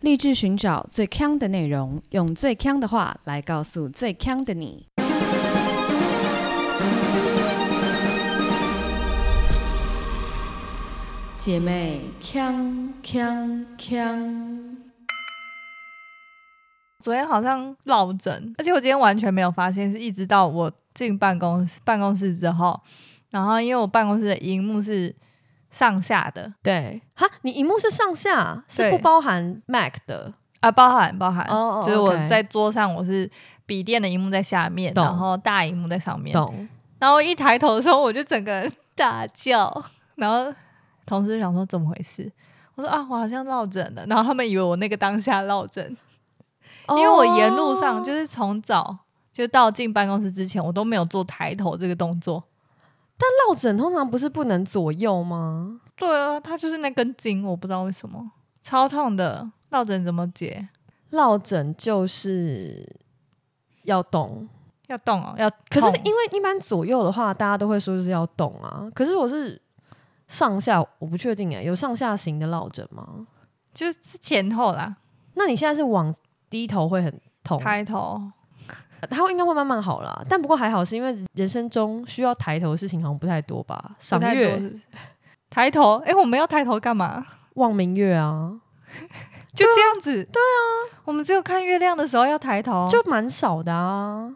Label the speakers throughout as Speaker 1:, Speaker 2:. Speaker 1: 立志寻找最强的内容，用最强的话来告诉最强的你。姐妹，强强强！
Speaker 2: 昨天好像落枕，而且我今天完全没有发现，是一直到我进办公室办公室之后，然后因为我办公室的荧幕是上下的
Speaker 3: 对，哈，你荧幕是上下，是
Speaker 2: 对
Speaker 3: 不包含 Mac 的，
Speaker 2: 啊，包含包含
Speaker 3: 哦哦
Speaker 2: 就是我
Speaker 3: OK
Speaker 2: 在桌上，我是笔电的荧幕在下面，
Speaker 3: 懂
Speaker 2: 然后大荧幕在上面，
Speaker 3: 懂？，
Speaker 2: 然后一抬头的时候，我就整个人 大叫，然后同事就想说怎么回事。我说啊，我好像落枕了，然后他们以为我那个当下落枕，因为我沿路上就是是从早就到进办公室之前，我都没有做抬头这个动作。
Speaker 3: 但落枕通常不是不能左右吗？
Speaker 2: 对啊，它就是那根筋，我不知道为什么超痛的，落枕怎么解？
Speaker 3: 落枕就是要动，
Speaker 2: 要动哦，要痛。
Speaker 3: 可是因为一般左右的话，大家都会说就是要动啊。可是我是上下，我不确定哎、有上下型的落枕吗？
Speaker 2: 就是前后啦，
Speaker 3: 那你现在是往低头会很痛，
Speaker 2: 抬头
Speaker 3: 它会应该会慢慢好啦。但不过还好，是因为人生中需要抬头的事情好像不太多吧？赏
Speaker 2: 不太多
Speaker 3: 月
Speaker 2: 是、不是抬头，哎、我们要抬头干嘛？
Speaker 3: 望明月啊，
Speaker 2: 就这样子。对啊，我们只有看月亮的时候要抬头，
Speaker 3: 就蛮少的啊。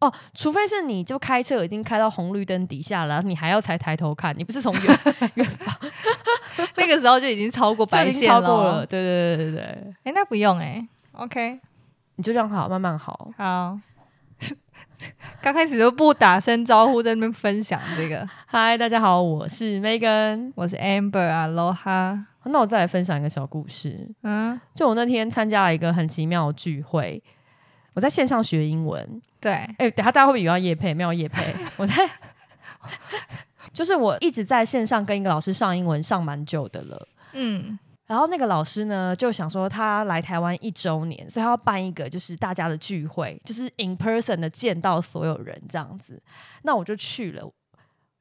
Speaker 3: 哦，除非是你就开车已经开到红绿灯底下了，你还要才抬头看，你不是从远
Speaker 2: 那个时候就已经超过
Speaker 3: 就
Speaker 2: 白
Speaker 3: 已经
Speaker 2: 线
Speaker 3: 超过了？
Speaker 2: 了。
Speaker 3: 对对对对对，
Speaker 2: 哎、那不用哎、OK，
Speaker 3: 你就让它好慢慢好。
Speaker 2: 好。 刚开始都不打声招呼，在那边分享这个。
Speaker 3: 嗨，大家好，我是 Megan。
Speaker 2: 我是 Amber 啊，Aloha。
Speaker 3: 那我再来分享一个小故事。
Speaker 2: 嗯，
Speaker 3: 就我那天参加了一个很奇妙的聚会，我在线上学英文，
Speaker 2: 对，
Speaker 3: 哎、等下大家会不会以为要夜配？没有夜配， 我在，就是我一直在线上跟一个老师上英文上蛮久的了。
Speaker 2: 嗯，
Speaker 3: 然后那个老师呢，就想说他来台湾一周年，所以他要办一个就是大家的聚会，就是 in person 的见到所有人这样子。那我就去了，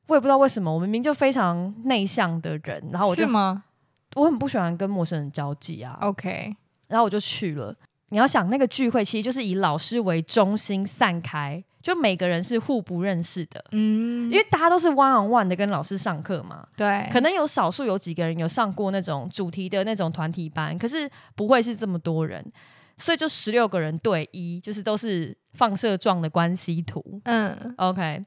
Speaker 3: 我也不知道为什么，我明明就非常内向的人，然后我
Speaker 2: 是
Speaker 3: 就
Speaker 2: 吗哦
Speaker 3: 我很不喜欢跟陌生人交际啊。
Speaker 2: ？OK，
Speaker 3: 然后我就去了。你要想那个聚会，其实就是以老师为中心散开，就每个人是互不认识的，
Speaker 2: 嗯，
Speaker 3: 因为大家都是 one on one 的跟老师上课嘛。
Speaker 2: 对，
Speaker 3: 可能有少数有几个人有上过那种主题的那种团体班，可是不会是这么多人，所以就十六个人对一，就是都是放射状的关系图。
Speaker 2: 嗯，
Speaker 3: OK，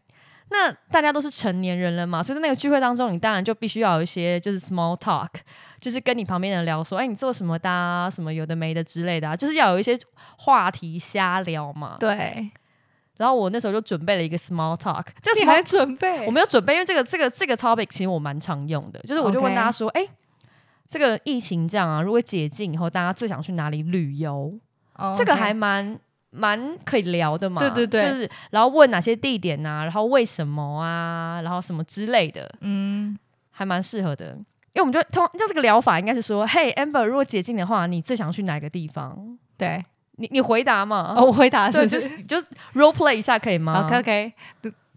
Speaker 3: 那大家都是成年人了嘛，所以在那个聚会当中，你当然就必须要有一些就是 small talk，就是跟你旁边人聊说，哎，你做什么的、啊，什么有的没的之类的、啊，就是要有一些话题瞎聊嘛。
Speaker 2: 对，
Speaker 3: 然后我那时候就准备了一个 small talk，这个
Speaker 2: 你
Speaker 3: small
Speaker 2: 还准备？
Speaker 3: 我没有准备，因为这个这个这个 topic 其实我蛮常用的，就是我就
Speaker 2: OK
Speaker 3: 问大家说，哎、这个疫情这样啊，如果解禁以后，大家最想去哪里旅游？
Speaker 2: 哦
Speaker 3: 这个
Speaker 2: OK
Speaker 3: 还蛮蛮可以聊的嘛，
Speaker 2: 对对对
Speaker 3: 就是然后问哪些地点啊，然后为什么啊，然后什么之类的，
Speaker 2: 嗯，
Speaker 3: 还蛮适合的。因为我们就通就这个疗法应该是说，嘿，Amber，如果解禁的话，你最想去哪个地方？
Speaker 2: 对。
Speaker 3: 你你回答嘛，
Speaker 2: 哦，我回答 是
Speaker 3: 对，就
Speaker 2: 就是啊
Speaker 3: 就是 role play 一下可以吗
Speaker 2: OK OK，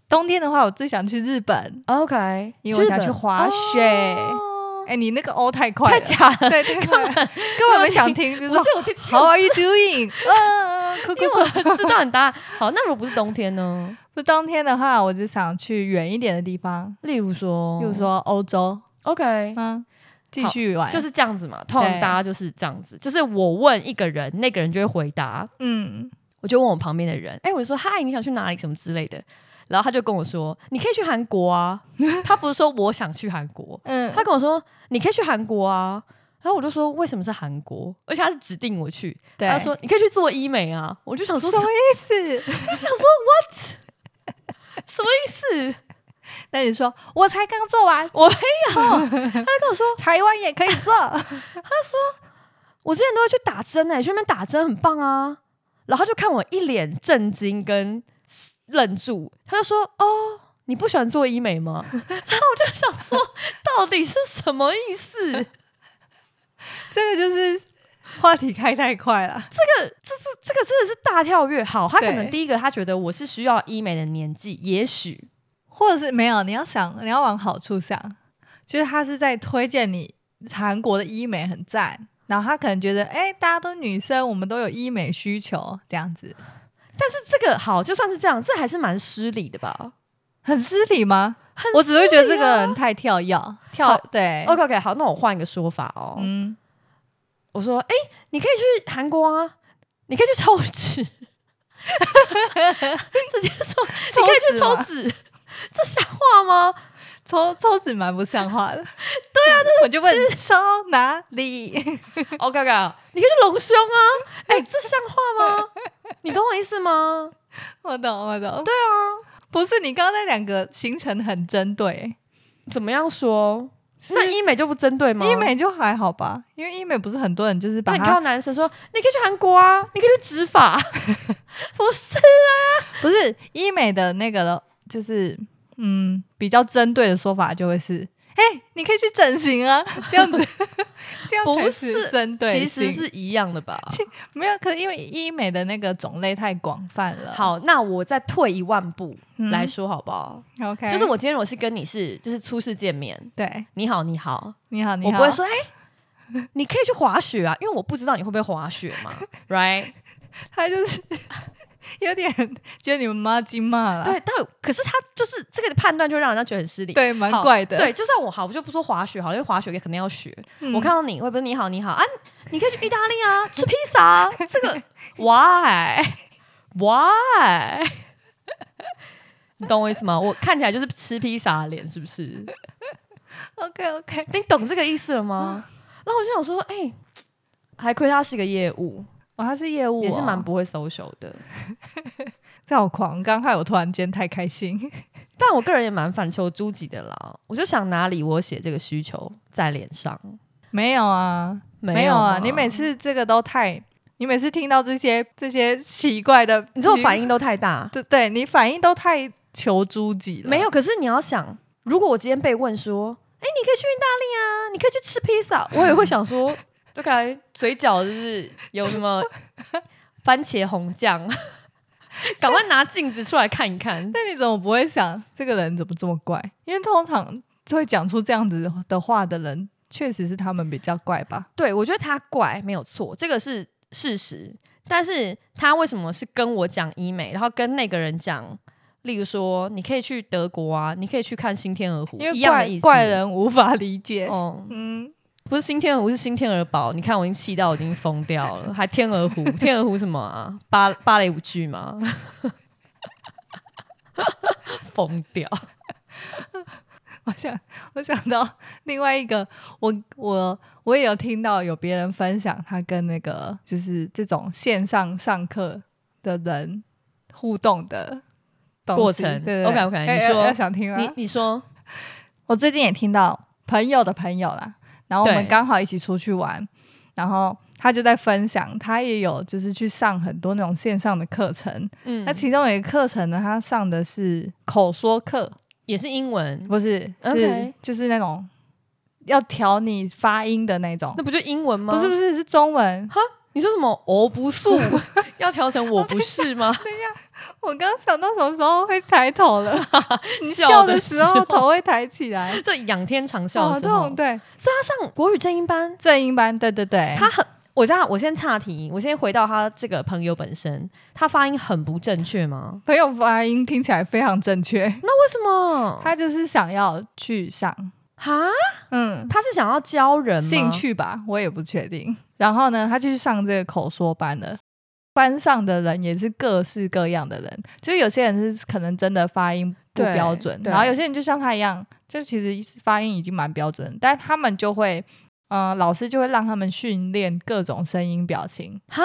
Speaker 2: 冬天的话，我最想去日本，
Speaker 3: OK，
Speaker 2: 因为我想去
Speaker 3: 日本
Speaker 2: 滑雪。哎、
Speaker 3: 哦
Speaker 2: 你那个哦太快
Speaker 3: 太
Speaker 2: 了，
Speaker 3: 假了，
Speaker 2: 对，太快了， 根本没想听。就
Speaker 3: 不
Speaker 2: 是
Speaker 3: 是我听，
Speaker 2: How are you doing？呃，酷酷
Speaker 3: 因为
Speaker 2: 酷。
Speaker 3: 我知道你答案。好，那如果不是冬天呢？
Speaker 2: 不，冬天的话，我就想去远一点的地方，
Speaker 3: 例如说，哎
Speaker 2: 比如说欧洲。
Speaker 3: ，OK，
Speaker 2: 哦嗯，继续玩，
Speaker 3: 就是这样子嘛。通常
Speaker 2: 对
Speaker 3: 大家就是这样子，就是我问一个人，那个人就会回答。
Speaker 2: 嗯，
Speaker 3: 我就问我旁边的人，哎、我就说嗨，你想去哪里什么之类的。然后他就跟我说，你可以去韩国 啊。他不是说我想去韩国，
Speaker 2: 嗯，
Speaker 3: 他跟我说你可以去韩国啊。然后我就说为什么是韩国？而且他是指定我去。
Speaker 2: 对
Speaker 3: 他说你可以去做医美啊。我就想说
Speaker 2: 什
Speaker 3: 什
Speaker 2: 么
Speaker 3: 么
Speaker 2: 意 思？
Speaker 3: 什么意思？
Speaker 2: 那你说我才刚做完，
Speaker 3: 我没
Speaker 2: 有，他就跟我说台湾也可以做，
Speaker 3: 我之前都会去打针哎、去那边打针很棒啊。然后他就看我一脸震惊跟愣住，他就说：“哦，你不喜欢做医美吗？” 然后我就想说，到底是什么意思？
Speaker 2: 这个
Speaker 3: 这
Speaker 2: 就是话题开太快了。
Speaker 3: 是这个真的是大跳跃。好，他可
Speaker 2: 对
Speaker 3: 能第一个他觉得我是需要医美的年纪，也许
Speaker 2: 或者是没有，你要想，你要往好处想，就是他是在推荐你韩国的医美很赞，然后他可能觉得，哎、大家都女生，我们都有医美需求，这样子
Speaker 3: 但是这个好，就算是这样，这还是蛮失礼的吧。
Speaker 2: 很失礼吗？我只会觉得这个人太跳跃，跳
Speaker 3: 好
Speaker 2: 对，
Speaker 3: OK OK，好，那我换一个说法哦。
Speaker 2: 嗯，
Speaker 3: 我说，哎、你可以去韩国啊，你可以去抽 脂，直接说你可以去抽
Speaker 2: 抽
Speaker 3: 脂，这像话吗？
Speaker 2: 抽抽脂蛮不像话 的。对啊，我就问抽哪里？
Speaker 3: OK OK，你可以去隆胸 啊！哎、这像话吗？你懂我意思吗？
Speaker 2: 我懂，我懂。对啊，不是你刚刚那两个行程很针对、
Speaker 3: 怎么样说？那医美就不针对吗？
Speaker 2: 医，美就还好吧，因为医美不是很多人就是
Speaker 3: 那
Speaker 2: 把
Speaker 3: 你看
Speaker 2: 它
Speaker 3: 到男生说你可以去韩国啊，你可以去植 发，不是
Speaker 2: 不是医美的那个的，就是嗯比较针对的说法就会是，哎、你可以去整形啊，这样子， 这样才
Speaker 3: 不
Speaker 2: 是
Speaker 3: 是
Speaker 2: 针对
Speaker 3: 其
Speaker 2: 性
Speaker 3: 实是一样的吧？
Speaker 2: 没有，可是因为医美的那个种类太广泛了。
Speaker 3: 好，那我再退一万步
Speaker 2: 嗯
Speaker 3: 来说好不好？
Speaker 2: ，OK，
Speaker 3: 就是我今天我是跟你是就是初次见面，
Speaker 2: 对
Speaker 3: 你好你好，
Speaker 2: 你好，你好，
Speaker 3: 我不会说哎。你可以去滑雪啊，因为我不知道你会不会滑雪 嘛，right？
Speaker 2: 他就是有点觉得你们妈金骂了，
Speaker 3: 对，但可是他就是这个判断就让人家觉得很失礼。
Speaker 2: 对，蛮
Speaker 3: 好
Speaker 2: 怪的。
Speaker 3: 对，就算我好，我就不说滑雪好了，因为滑雪也肯定要学。
Speaker 2: 嗯
Speaker 3: 我看到你，我也不是你好，你好啊，你可以去意大利 啊，吃披萨、啊。这个 why why？你懂我意思吗？我看起来就是吃披萨的脸，是不是？你
Speaker 2: OK OK，
Speaker 3: 懂这个意思了吗？
Speaker 2: 啊
Speaker 3: 然后我就想说，哎、还亏他是个业务，
Speaker 2: 哦，他是业务、
Speaker 3: 也是蛮不会 social 的。
Speaker 2: 这好狂。刚害我突然间太开心，
Speaker 3: 但我个人也蛮反求诸己的啦，我就想哪里我写这个需求在脸上，
Speaker 2: 没有啊，没有啊，你每次这个都太，你每次听到这些这些奇怪的，
Speaker 3: 你这种反
Speaker 2: 应，
Speaker 3: 应都太大，
Speaker 2: 对对你反应都太求诸己了，
Speaker 3: 没有，可是你要想，如果我今天被问说，哎、你可以去意大利啊，你可以去吃披萨，我也会想 说，就感觉嘴角就是有什么番茄红酱， 赶快拿镜子出来看一看。
Speaker 2: 那你怎么不会想这个人怎么这么怪？因为通常会讲出这样子的话的人，确实是他们比较怪吧？
Speaker 3: 对，我觉得他怪没有错，这个是事实。但是他为什么是跟我讲医美，然后跟那个人讲，例如说你可以去德国啊，你可以去看新天鹅湖，
Speaker 2: 因
Speaker 3: 一
Speaker 2: 为
Speaker 3: 样的
Speaker 2: 怪
Speaker 3: 意思。
Speaker 2: 怪人无法理解。
Speaker 3: 哦，
Speaker 2: 嗯，
Speaker 3: 不是新天鹅湖，是新天鹅堡。你看，我已经气到我已经疯掉了，还天鹅湖，天鹅湖什么啊？芭芭蕾舞剧吗？ 疯掉！
Speaker 2: 我想我想到另外一个，我我我也有听到有别人分享他跟那个就是这种线上上课的人互动的东西
Speaker 3: 过程
Speaker 2: 对对
Speaker 3: OK，OK，
Speaker 2: 对
Speaker 3: 你
Speaker 2: 哎要
Speaker 3: 说
Speaker 2: 要想听吗？
Speaker 3: 你你说，
Speaker 2: 我最近也听到朋友的朋友啦，然后我们
Speaker 3: 对
Speaker 2: 刚好一起出去玩，然后他就在分享，他也有就是去上很多那种线上的课程。
Speaker 3: 嗯
Speaker 2: 那，其中有一个课程呢，他上的是口说课，
Speaker 3: 也是英文，
Speaker 2: 不是是
Speaker 3: OK
Speaker 2: 就是那种要调你发音的那种
Speaker 3: 那，不就英文吗？
Speaker 2: 不是不是是中文。
Speaker 3: 你说什么？我不是，要调成我不是吗？
Speaker 2: 我刚想到什么时候会抬头 了，你笑
Speaker 3: 笑
Speaker 2: 的
Speaker 3: 的
Speaker 2: 时
Speaker 3: 时
Speaker 2: 候
Speaker 3: 候
Speaker 2: 头会抬起 来，
Speaker 3: 这仰天长啸
Speaker 2: 好
Speaker 3: 的时
Speaker 2: 痛！
Speaker 3: 候，
Speaker 2: 对，
Speaker 3: 所以他上国语正音班，
Speaker 2: 正音班，对对对，
Speaker 3: 他很。我这样，我先岔题，我先回到他这个朋友本身，他发音很不正确吗？
Speaker 2: 朋友发音听起来非常正确。
Speaker 3: 那为什么？
Speaker 2: 他就是想要去上，
Speaker 3: 哈，
Speaker 2: 嗯，
Speaker 3: 他是想要教人吗
Speaker 2: 兴趣吧，我也不确定。然后呢，他就去上这个口说班了。班上的人也是各式各样的人，就是有些人是可能真的发音不
Speaker 3: 对
Speaker 2: 标准，
Speaker 3: 对
Speaker 2: 然后有些人就像他一样，就其实发音已经蛮标准，但他们就会，呃，老师就会让他们训练各种声音表情
Speaker 3: 哈。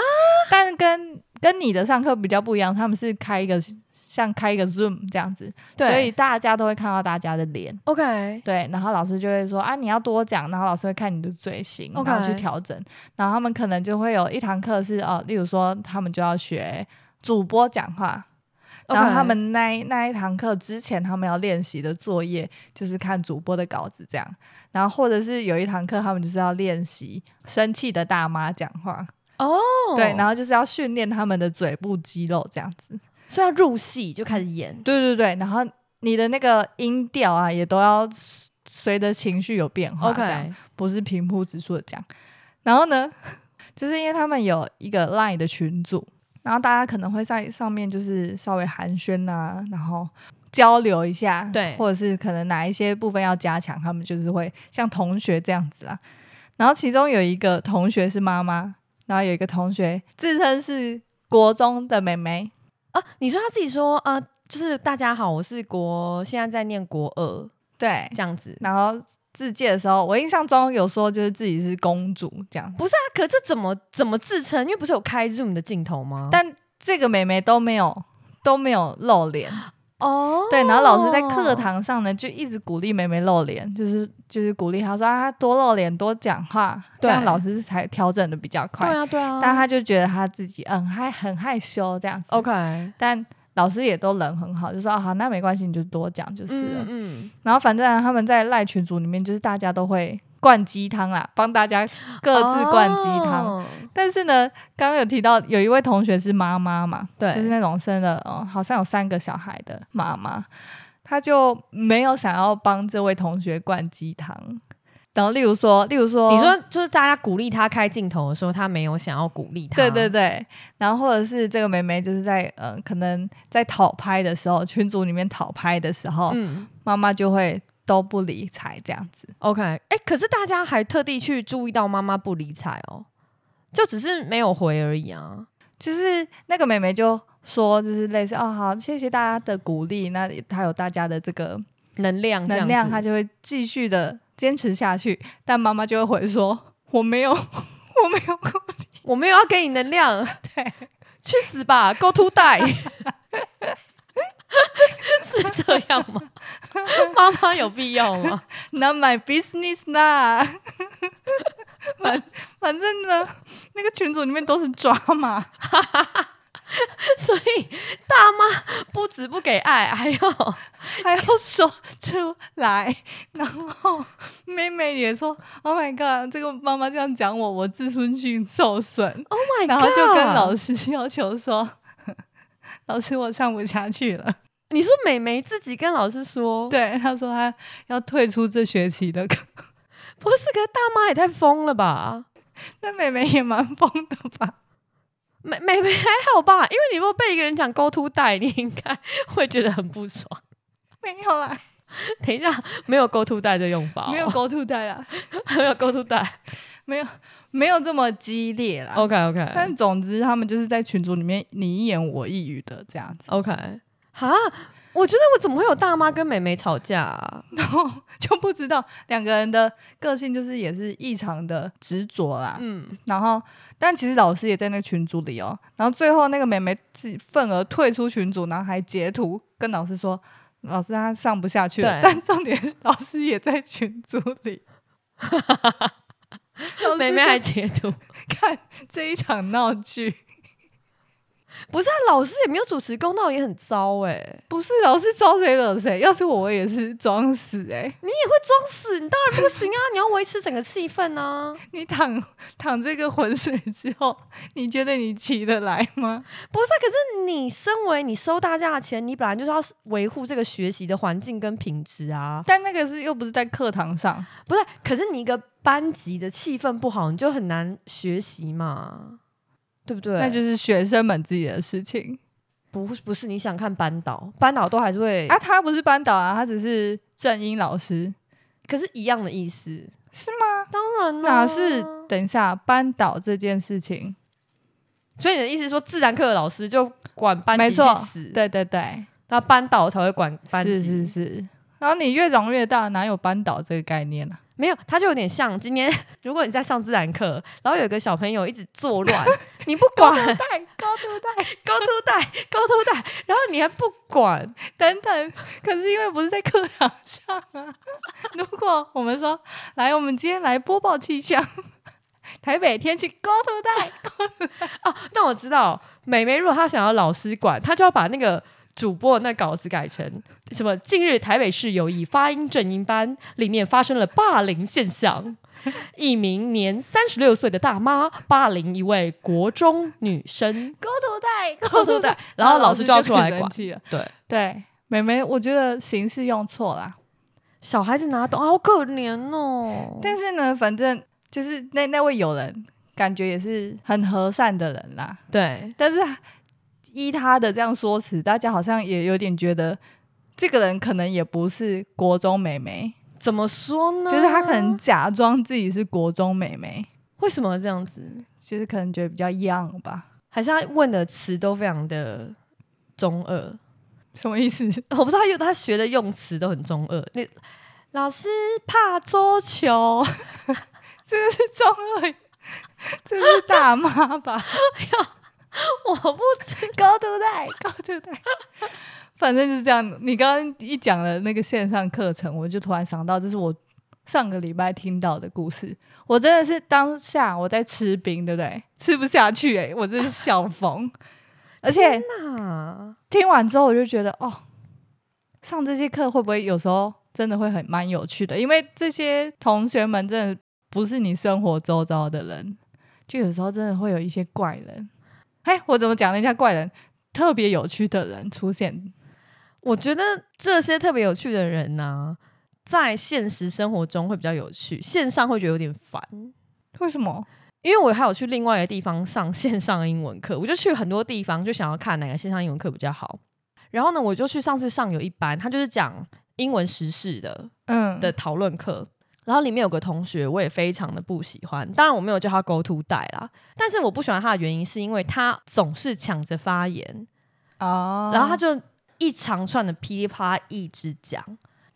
Speaker 2: 但是跟跟你的上课比较不一样，他们是开一个像开一个 Zoom 这样子，
Speaker 3: 对，
Speaker 2: 所以大家都会看到大家的脸。
Speaker 3: OK，
Speaker 2: 对，然后老师就会说啊，你要多讲，然后老师会看你的嘴型，然后去
Speaker 3: OK
Speaker 2: 调整。然后他们可能就会有一堂课是哦，例如说他们就要学主播讲话，然后他们那一那一堂课之前他们要练习的作业就是看主播的稿子这样，然后或者是有一堂课他们就是要练习生气的大妈讲话，
Speaker 3: 哦，
Speaker 2: 对，然后就是要训练他们的嘴部肌肉这样子。
Speaker 3: 所以要入戏就开始演，
Speaker 2: 对对对，然后你的那个音调啊也都要随随着情绪有变化这样。不是平铺直述的讲。然后呢， 就是因为他们有一个 Line 的群组，然后大家可能会在上面就是稍微寒暄啊，然后交流一下，
Speaker 3: 对
Speaker 2: 或者是可能哪一些部分要加强，他们就是会像同学这样子啦。啊然后其中有一个同学是妈妈，然后有一个同学自称是国中的妹妹，
Speaker 3: 啊，你说他自己说，呃，就是大家好，我是国，现在在念国二
Speaker 2: 对，
Speaker 3: 这样子。
Speaker 2: 然后自介的时候，我印象中有说就是自己是公主这样，
Speaker 3: 不是啊，可这怎么怎么自称？因为不是有开 Zoom 的镜头吗？
Speaker 2: 但这个妹妹都没有都没有露脸，
Speaker 3: 哦，
Speaker 2: 对，然后老师在课堂上呢就一直鼓励妹妹露脸，就是就是鼓励她说啊多露脸多讲话，这
Speaker 3: 对
Speaker 2: 样老师才调整的比较
Speaker 3: 对
Speaker 2: 快。
Speaker 3: 啊对啊，
Speaker 2: 但她就觉得她自己很害很害羞这样子
Speaker 3: OK，嗯
Speaker 2: 但老师也都人很好，就说啊好那没关系，你就多讲就是了。
Speaker 3: 嗯嗯，
Speaker 2: 然后反正啊、他们在赖群组里面，就是大家都会灌鸡汤啦，帮大家各自灌鸡汤。
Speaker 3: 哦
Speaker 2: 但是呢，刚刚有提到有一位同学是妈妈嘛，
Speaker 3: 对
Speaker 2: 就是那种生了哦，好像有三个小孩的妈妈，她就没有想要帮这位同学灌鸡汤。然后，例如说，例如说，
Speaker 3: 你说就是大家鼓励他开镜头的时候，他没有想要鼓励他，
Speaker 2: 对对对，然后或者是这个妹妹就是在呃，可能在讨拍的时候，群组里面讨拍的时候，
Speaker 3: 嗯
Speaker 2: 妈妈就会都不理睬这样子。
Speaker 3: ，OK，哎、可是大家还特地去注意到妈妈不理睬哦，就只是没有回而已啊。
Speaker 2: 就是那个妹妹就说，就是类似哦，好，谢谢大家的鼓励，那她有大家的这个
Speaker 3: 能量这样
Speaker 2: 能
Speaker 3: 子，
Speaker 2: 量，她就会继续的坚持下去。但妈妈就会回说，我没有，我没有，
Speaker 3: 我没有要给你能量，对，去死吧，Go to die，是这样 吗？妈妈有必要吗？
Speaker 2: 那 my business 啦。反反正呢，那个群组里面都是抓嘛，
Speaker 3: 所以大妈不止不给爱，还要
Speaker 2: 还要说出来。然后妹妹也说：“Oh my god，这个妈妈这样讲我，我自尊心受损。”
Speaker 3: Oh my God！
Speaker 2: 然后就跟老师要求说：“ 老师，我唱不下去了。
Speaker 3: 你说美眉自己跟老师说，”
Speaker 2: 对，他说他要退出这学期的课。
Speaker 3: 不是，可是大妈也太疯了吧？
Speaker 2: 那妹妹也蛮疯的吧？
Speaker 3: 美美眉还好吧？因为你如果被一个人讲 “go to die”，你应该会觉得很不爽。
Speaker 2: 没有啦，
Speaker 3: 等一下，没有 “go to die” 的用法、哦，
Speaker 2: 没有 go to 带啦，
Speaker 3: 没有 “go to die”。
Speaker 2: 没有没有这么激烈啦。
Speaker 3: OK OK
Speaker 2: 但总之，他们就是在群组里面你一言我一语的这样子，
Speaker 3: OK，哈，我觉得我怎么会有大妈跟美眉吵架、啊？
Speaker 2: 然后就不知道两个人的个性就是也是异常的执着啦。
Speaker 3: 嗯，
Speaker 2: 然后，但其实老师也在那个群组里哦。然后最后那个妹妹自己份额退出群组，然后还截图跟老师说，老师她上不下去了。
Speaker 3: 对
Speaker 2: 但重点是老师也在群组里， 老
Speaker 3: 美
Speaker 2: 师
Speaker 3: 眉还
Speaker 2: 就
Speaker 3: 截图，
Speaker 2: 看这一场闹剧。
Speaker 3: 不是、啊、老师也没有主持公道，也很糟哎、
Speaker 2: 不是老师招谁惹谁？要是我，我也是装死哎、
Speaker 3: 你也会装死，你当然不 行啊！你要维持整个气氛啊！
Speaker 2: 你淌淌这个浑水之后，你觉得你起得来吗？
Speaker 3: 不是啊、可是你身为你收大家的钱，你本来就是要维护这个学习的环境跟品质啊。
Speaker 2: 但那个是又不是在课堂上，
Speaker 3: 不是，可是你一个班级的气氛不好，你就很难学习嘛，对不对？
Speaker 2: 那就是学生们自己的事情。
Speaker 3: 不不是你想看班导，班导都还是会，
Speaker 2: 啊，他不是班导啊，他只是正音老师。
Speaker 3: 可是一样的意思，
Speaker 2: 是吗？
Speaker 3: 当然啊啦、
Speaker 2: 哪是？等一下，班导这件事情，
Speaker 3: 所以你的意思是说，自然课的老师就管班级
Speaker 2: 没
Speaker 3: 去
Speaker 2: 错
Speaker 3: 死，，
Speaker 2: 对对对，
Speaker 3: 那班导才会管班级，
Speaker 2: 是是是。然后你越长越大，哪有班导这个概念啊？
Speaker 3: 没有，他就有点像今天，如果你在上自然课，然后有一个小朋友一直 作乱，你不管高
Speaker 2: 带高度带
Speaker 3: 头带、高头带，然后你还不管，
Speaker 2: 等等，可是因为不是在课堂上啊。 如果我们说，来，我们今天来播报气象， 台北天气高度带，
Speaker 3: 那我知道，美美如果她想要老师管，她就要把那个主播那稿子改成什么？近日台北市有一发音正音班里面发生了霸凌现象， 一名年三十六岁的大妈霸凌一位国中女生，
Speaker 2: 高度 带，
Speaker 3: 高头带，然后老师就要出来
Speaker 2: 很生
Speaker 3: 管，
Speaker 2: 气了。
Speaker 3: 对。
Speaker 2: 对，妹妹，我觉得形式用错啦。
Speaker 3: 小孩子哪懂啊？好可怜哦！
Speaker 2: 但是呢，反正就是那那位友人感觉也是很和善的人啦，
Speaker 3: 对，
Speaker 2: 但是依他的这样说辞，大家好像也有点觉得这个人可能也不是国中美眉，
Speaker 3: 怎么说呢？
Speaker 2: 就是他可能假装自己是国中美眉，
Speaker 3: 为什么这样子？
Speaker 2: 就是可能觉得比较 young 吧，
Speaker 3: 还是他问的词都非常的中二，
Speaker 2: 什么意思？
Speaker 3: 我不知道他用他学的用词都很中二。那老师怕桌球，
Speaker 2: 这个是中二，这是大妈吧？
Speaker 3: 我不知
Speaker 2: 高度带，高度带。 反正就是这样。你刚刚一讲了那个线上课程，我就突然想到，这是我上个礼拜听到的故事。我真的是当下我在吃冰，对不对？吃不下去诶、我真是笑疯。而且
Speaker 3: 道。
Speaker 2: 听完之后，我就觉得哦，上这些课会不会有时候真的会很蛮有趣的？因为这些同学们真的不是你生活周遭的人，就有时候真的会有一些怪人。哎，我怎么讲了一下怪人？特别有趣的人出现，
Speaker 3: 我觉得这些特别有趣的人呢、在现实生活中会比较有趣，线上会觉得有点烦。
Speaker 2: 为什么？
Speaker 3: 因为我还有去另外一个地方上线上英文课，我就去很多地方，就想要看哪个线上英文课比较好。然后呢，我就去上次上有一班，他就是讲英文时事的
Speaker 2: 嗯
Speaker 3: 的讨论课。然后里面有个同学，我也非常的不喜欢。当然，我没有叫他 go to 带啦，但是我不喜欢他的原因是因为他总是抢着发言，
Speaker 2: 哦
Speaker 3: 然后他就一长串的噼里啪啦一直讲，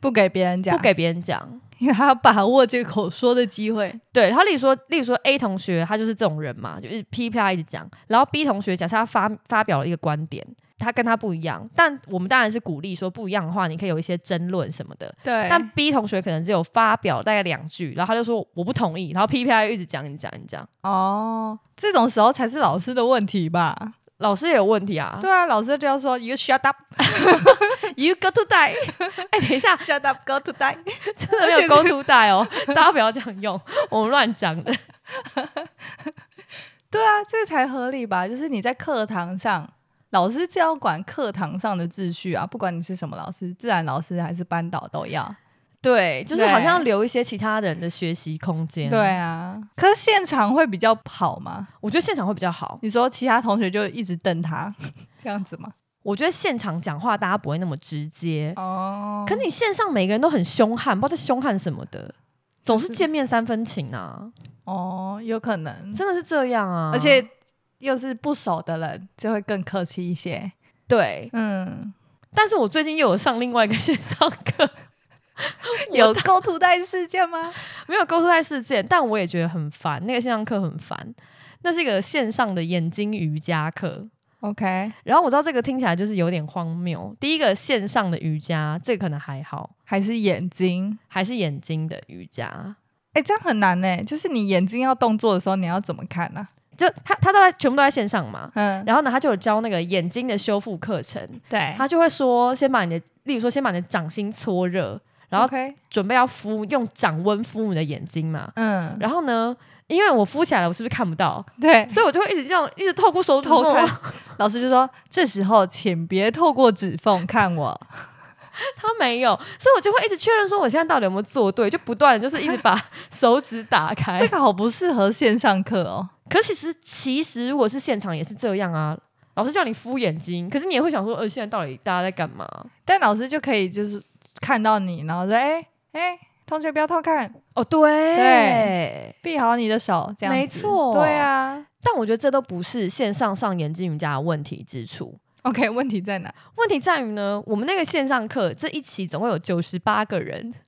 Speaker 2: 不给别人讲，
Speaker 3: 不，给别人讲。
Speaker 2: 他要把握这个口说的机会。
Speaker 3: 对他，例如说，例如说 A 同学，他就是这种人嘛，就是噼里啪啦一直讲。然后 B 同学，假设他发发表了一个观点，他跟他不一样，但我们当然是鼓励说不一样的话，你可以有一些争论什么的。
Speaker 2: 对
Speaker 3: 但 B 同学可能只有发表大概两句，然后他就说我不同意，然后 P P I 一直讲一直讲一直讲，
Speaker 2: 哦，这种时候才是老师的问题吧？
Speaker 3: 老师也有问题啊
Speaker 2: 对啊，老师就要说 “You shut up,
Speaker 3: ，You go to die，哎、等一下，
Speaker 2: shut up, go to die”。
Speaker 3: 真的没有 go to die 哦，大家不要这样用，我们乱讲的。
Speaker 2: 对啊，这才合理吧？就是你在课堂上，老师就要管课堂上的秩序啊，不管你是什么老师，自然老师还是班导都要。
Speaker 3: 对，就是好
Speaker 2: 对
Speaker 3: 像留一些其他人的学习空间。
Speaker 2: 对，啊，可是现场会比较好吗？
Speaker 3: 我觉得现场会比较好。
Speaker 2: 你说其他同学就一直瞪他 这样子吗？
Speaker 3: 我觉得现场讲话大家不会那么直接，
Speaker 2: 哦
Speaker 3: 可你线上每个人都很凶悍，不知道在凶悍什么的，总是
Speaker 2: 就是
Speaker 3: 见面三分情啊，
Speaker 2: 哦，有可能，
Speaker 3: 真的是这样啊。
Speaker 2: 而且又是不熟的人，就会更客气一些。
Speaker 3: 对，
Speaker 2: 嗯，
Speaker 3: 但是我最近又有上另外一个线上课，
Speaker 2: 有构图带事件吗？
Speaker 3: 没有沟通在事件，但我也觉得很烦，那个线上课很烦。那是一个线上的眼睛瑜伽课，
Speaker 2: OK，
Speaker 3: 然后我知道这个听起来就是有点荒谬。第一个线上的瑜伽，这个可能还好，
Speaker 2: 还是眼睛？
Speaker 3: 还是眼睛的瑜伽，
Speaker 2: 哎、这样很难呢、就是你眼睛要动作的时候，你要怎么看呢、
Speaker 3: 就他他都在全部都在线上嘛，
Speaker 2: 嗯，
Speaker 3: 然后呢，他就有教那个眼睛的修复课程，
Speaker 2: 对
Speaker 3: 他就会说，先把你的，例如说，先把你的掌心搓热，然后
Speaker 2: OK，
Speaker 3: 准备要敷，用掌温敷你的眼睛嘛。
Speaker 2: 嗯，
Speaker 3: 然后呢，因为我敷起来了，我是不是看不到？
Speaker 2: 对，
Speaker 3: 所以我就会一直这样，一直透过手指
Speaker 2: 偷
Speaker 3: 缝
Speaker 2: 看。老师就说，这时候请别透过指缝看我。
Speaker 3: 他没有，所以我就会一直确认说我现在到底有没有做对，就不断地就是一直把手指打开
Speaker 2: 这。个好不适合线上课哦。
Speaker 3: 可其实其实如果是现场也是这样啊，老师叫你敷眼睛，可是你也会想说，呃，现在到底大家在干嘛？
Speaker 2: 但老师就可以就是看到你，然后说，哎、哎、同学不要偷看，
Speaker 3: 哦，对
Speaker 2: 对闭好你的手，这样子
Speaker 3: 没错
Speaker 2: 对啊。
Speaker 3: 但我觉得这都不是线上上眼睛瑜伽的问题之处。
Speaker 2: OK，问题在哪？
Speaker 3: 问题在于呢，我们那个线上课这一期总共有九十八个人，
Speaker 2: 错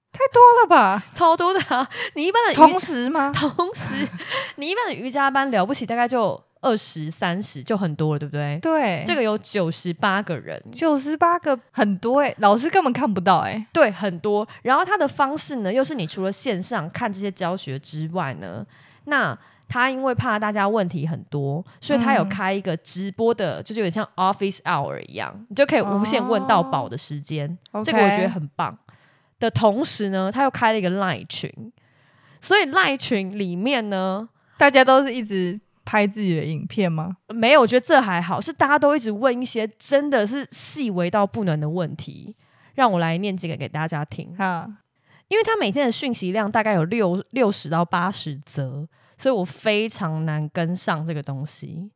Speaker 2: 了吧？
Speaker 3: 超多的啊！你一般的瑜
Speaker 2: 呃同时吗？
Speaker 3: 同时，你一般的瑜伽班了不起，大概就二十三十就很多了，对不对？
Speaker 2: 对，
Speaker 3: 这个有九十八个人，
Speaker 2: 九十八个很多哎、老师根本看不到哎、
Speaker 3: 对，很多。然后它的方式呢，又是你除了线上看这些教学之外呢，那他因为怕大家问题很多，所以他有
Speaker 2: 嗯
Speaker 3: 开一个直播的，就是有点像 office hour 一样，你就可以无限问到饱的时间。这个我觉得很棒。的同时呢，他又开了一个赖群，所以赖群里面呢，
Speaker 2: 大家都是一直拍自己的影片吗？
Speaker 3: 没有，我觉得这还好，是大家都一直问一些真的是细微到不能的问题。让我来念几个给大家听。
Speaker 2: 哈，
Speaker 3: 因为他每天的讯息量大概有六六十到八十则，所以我非常难跟上这个东西。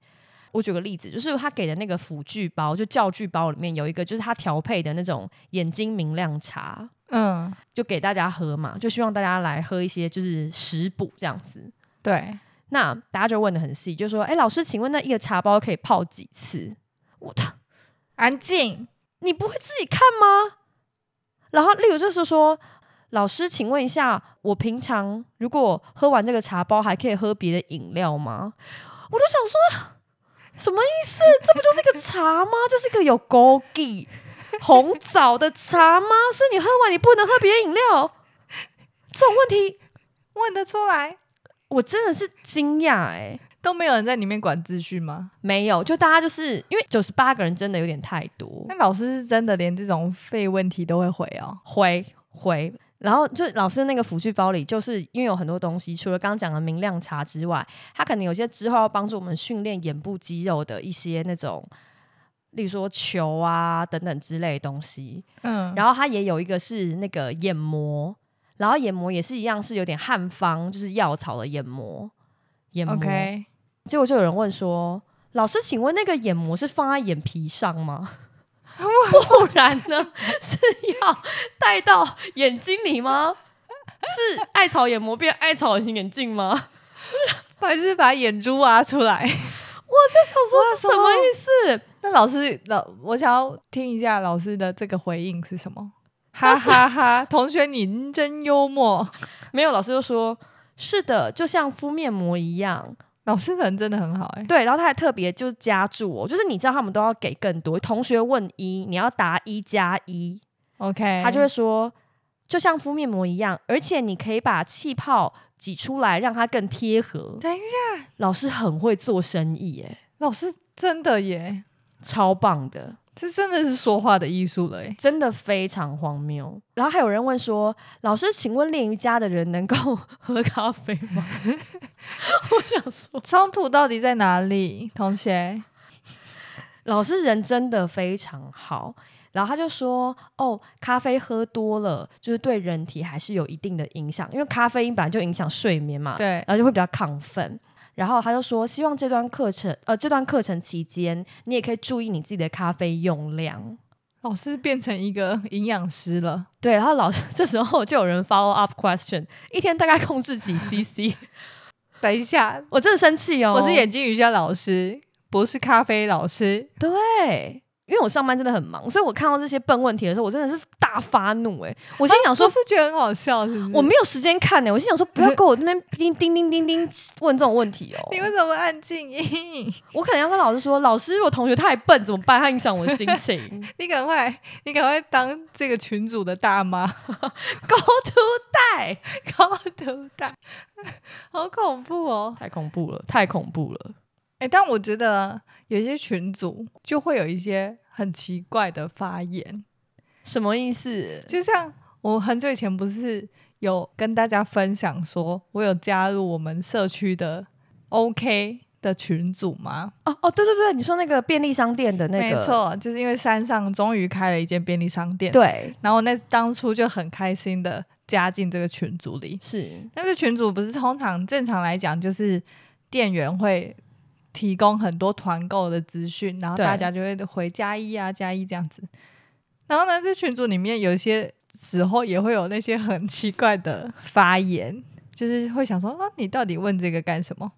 Speaker 3: 我举个例子，就是他给的那个辅具包，就教具包里面有一个，就是他调配的那种眼睛明亮茶，
Speaker 2: 嗯，
Speaker 3: 就给大家喝嘛，就希望大家来喝一些就是食补这样子。
Speaker 2: 对，
Speaker 3: 那大家就问的很细，就说：“哎、老师，请问那一个茶包可以泡几次？”我操，
Speaker 2: 安静，
Speaker 3: 你不会自己看吗？然后，例如就是说，老师，请问一下，我平常如果喝完这个茶包，还可以喝别的饮料吗？我都想说，什么意思？这不就是一个茶吗？就是一个有枸杞、红枣的茶吗？所以你喝完，你不能喝别的饮料？这种问题，
Speaker 2: 问得出来，
Speaker 3: 我真的是惊讶哎、
Speaker 2: 都没有人在里面管资讯吗？
Speaker 3: 没有，就大家就是因为九十八个人真的有点太多，
Speaker 2: 那老师是真的连这种废问题都会回哦。
Speaker 3: 回回，然后就老师那个辅具包里，就是因为有很多东西，除了刚刚讲的明亮茶之外，它可能有些之后要帮助我们训练眼部肌肉的一些那种，例如说球啊等等之类的东西。
Speaker 2: 嗯，
Speaker 3: 然后它也有一个是那个眼膜，然后眼膜也是一样是有点汉方，就是药草的眼膜。眼膜
Speaker 2: OK，
Speaker 3: 结果就有人问说：“老师，请问那个眼膜是放在眼皮上 吗？不然呢？是要戴到眼睛里吗？是艾草眼膜变艾草型眼镜吗？”
Speaker 2: 还是把眼珠挖出 来。
Speaker 3: 我就想说是什么意思？
Speaker 2: 那老师老，我想要听一下老师的这个回应是什么？哈哈哈！同学，您真幽默。
Speaker 3: 没有，老师就说：“是的，就像敷面膜一样。”
Speaker 2: 老师人真的很好哎、
Speaker 3: 对，然后他还特别就是加注哦，就是你知道他们都要给更多。同学问一，你要答一加一。
Speaker 2: OK，
Speaker 3: 他就会说，就像敷面膜一样，而且你可以把气泡挤出来，让它更贴合。
Speaker 2: 等一下，
Speaker 3: 老师很会做生意，耶，
Speaker 2: 老师真的耶，
Speaker 3: 超棒的，
Speaker 2: 这真的是说话的艺术了 哎。
Speaker 3: 真的非常荒谬。然后还有人问说，老师，请问练瑜伽的人能够 喝咖啡吗？ 我想说，
Speaker 2: 冲突到底在哪里，同学？
Speaker 3: 老师人真的非常好。然后他就说：“哦，咖啡喝多了，就是对人体还是有一定的影响，因为咖啡因本来就影响睡眠嘛。
Speaker 2: 对，
Speaker 3: 然后就会比较亢奋。然后他就说，希望这段课程，呃，这段课程期间，你也可以注意你自己的咖啡用量。
Speaker 2: 老师变成一个营养师了。
Speaker 3: 对，然后老师这时候就有人 follow up question，一天大概控制几 cc？
Speaker 2: 等一下，
Speaker 3: 我真的生气哦，
Speaker 2: 我是眼睛瑜伽老师，不是咖啡老师。
Speaker 3: 对，因为我上班真的很忙，所以我看到这些笨问题的时候，我真的是大发怒哎、我心想
Speaker 2: 啊
Speaker 3: 说
Speaker 2: 我。哦是觉得很好笑，是不是？
Speaker 3: 我没有时间看呢、欸我心想说不要跟我那边叮叮叮叮叮问这种问题哦。
Speaker 2: 你为什么按静音？
Speaker 3: 我可能要跟老师说，老师，我同学太笨怎么办？他影响我的心 情。
Speaker 2: 你赶快，你赶快当这个群主的大妈，
Speaker 3: Go to 带，
Speaker 2: 高头大， 好恐怖哦！
Speaker 3: 太恐怖了，太恐怖了。
Speaker 2: 哎，但我觉得有些群主就会有一些很奇怪的发言，
Speaker 3: 什么意思？
Speaker 2: 就像我很久以前不是有跟大家分享说，我有加入我们社区的 OK 的群组吗？
Speaker 3: 哦哦，对对对，你说那个便利商店的那个，
Speaker 2: 没，错，就是因为山上终于开了一间便利商店，
Speaker 3: 对，
Speaker 2: 然后那当初就很开心的加进这个群组里，
Speaker 3: 是，
Speaker 2: 但是群主不是通常正常来讲，就是店员会提供很多团购的资讯，然后
Speaker 3: 对
Speaker 2: 大家就会回加一啊加一这样子。然后呢，这群组里面有一些时候也会有那些很奇怪的发言，就是会想说啊，你到底问这个干什么？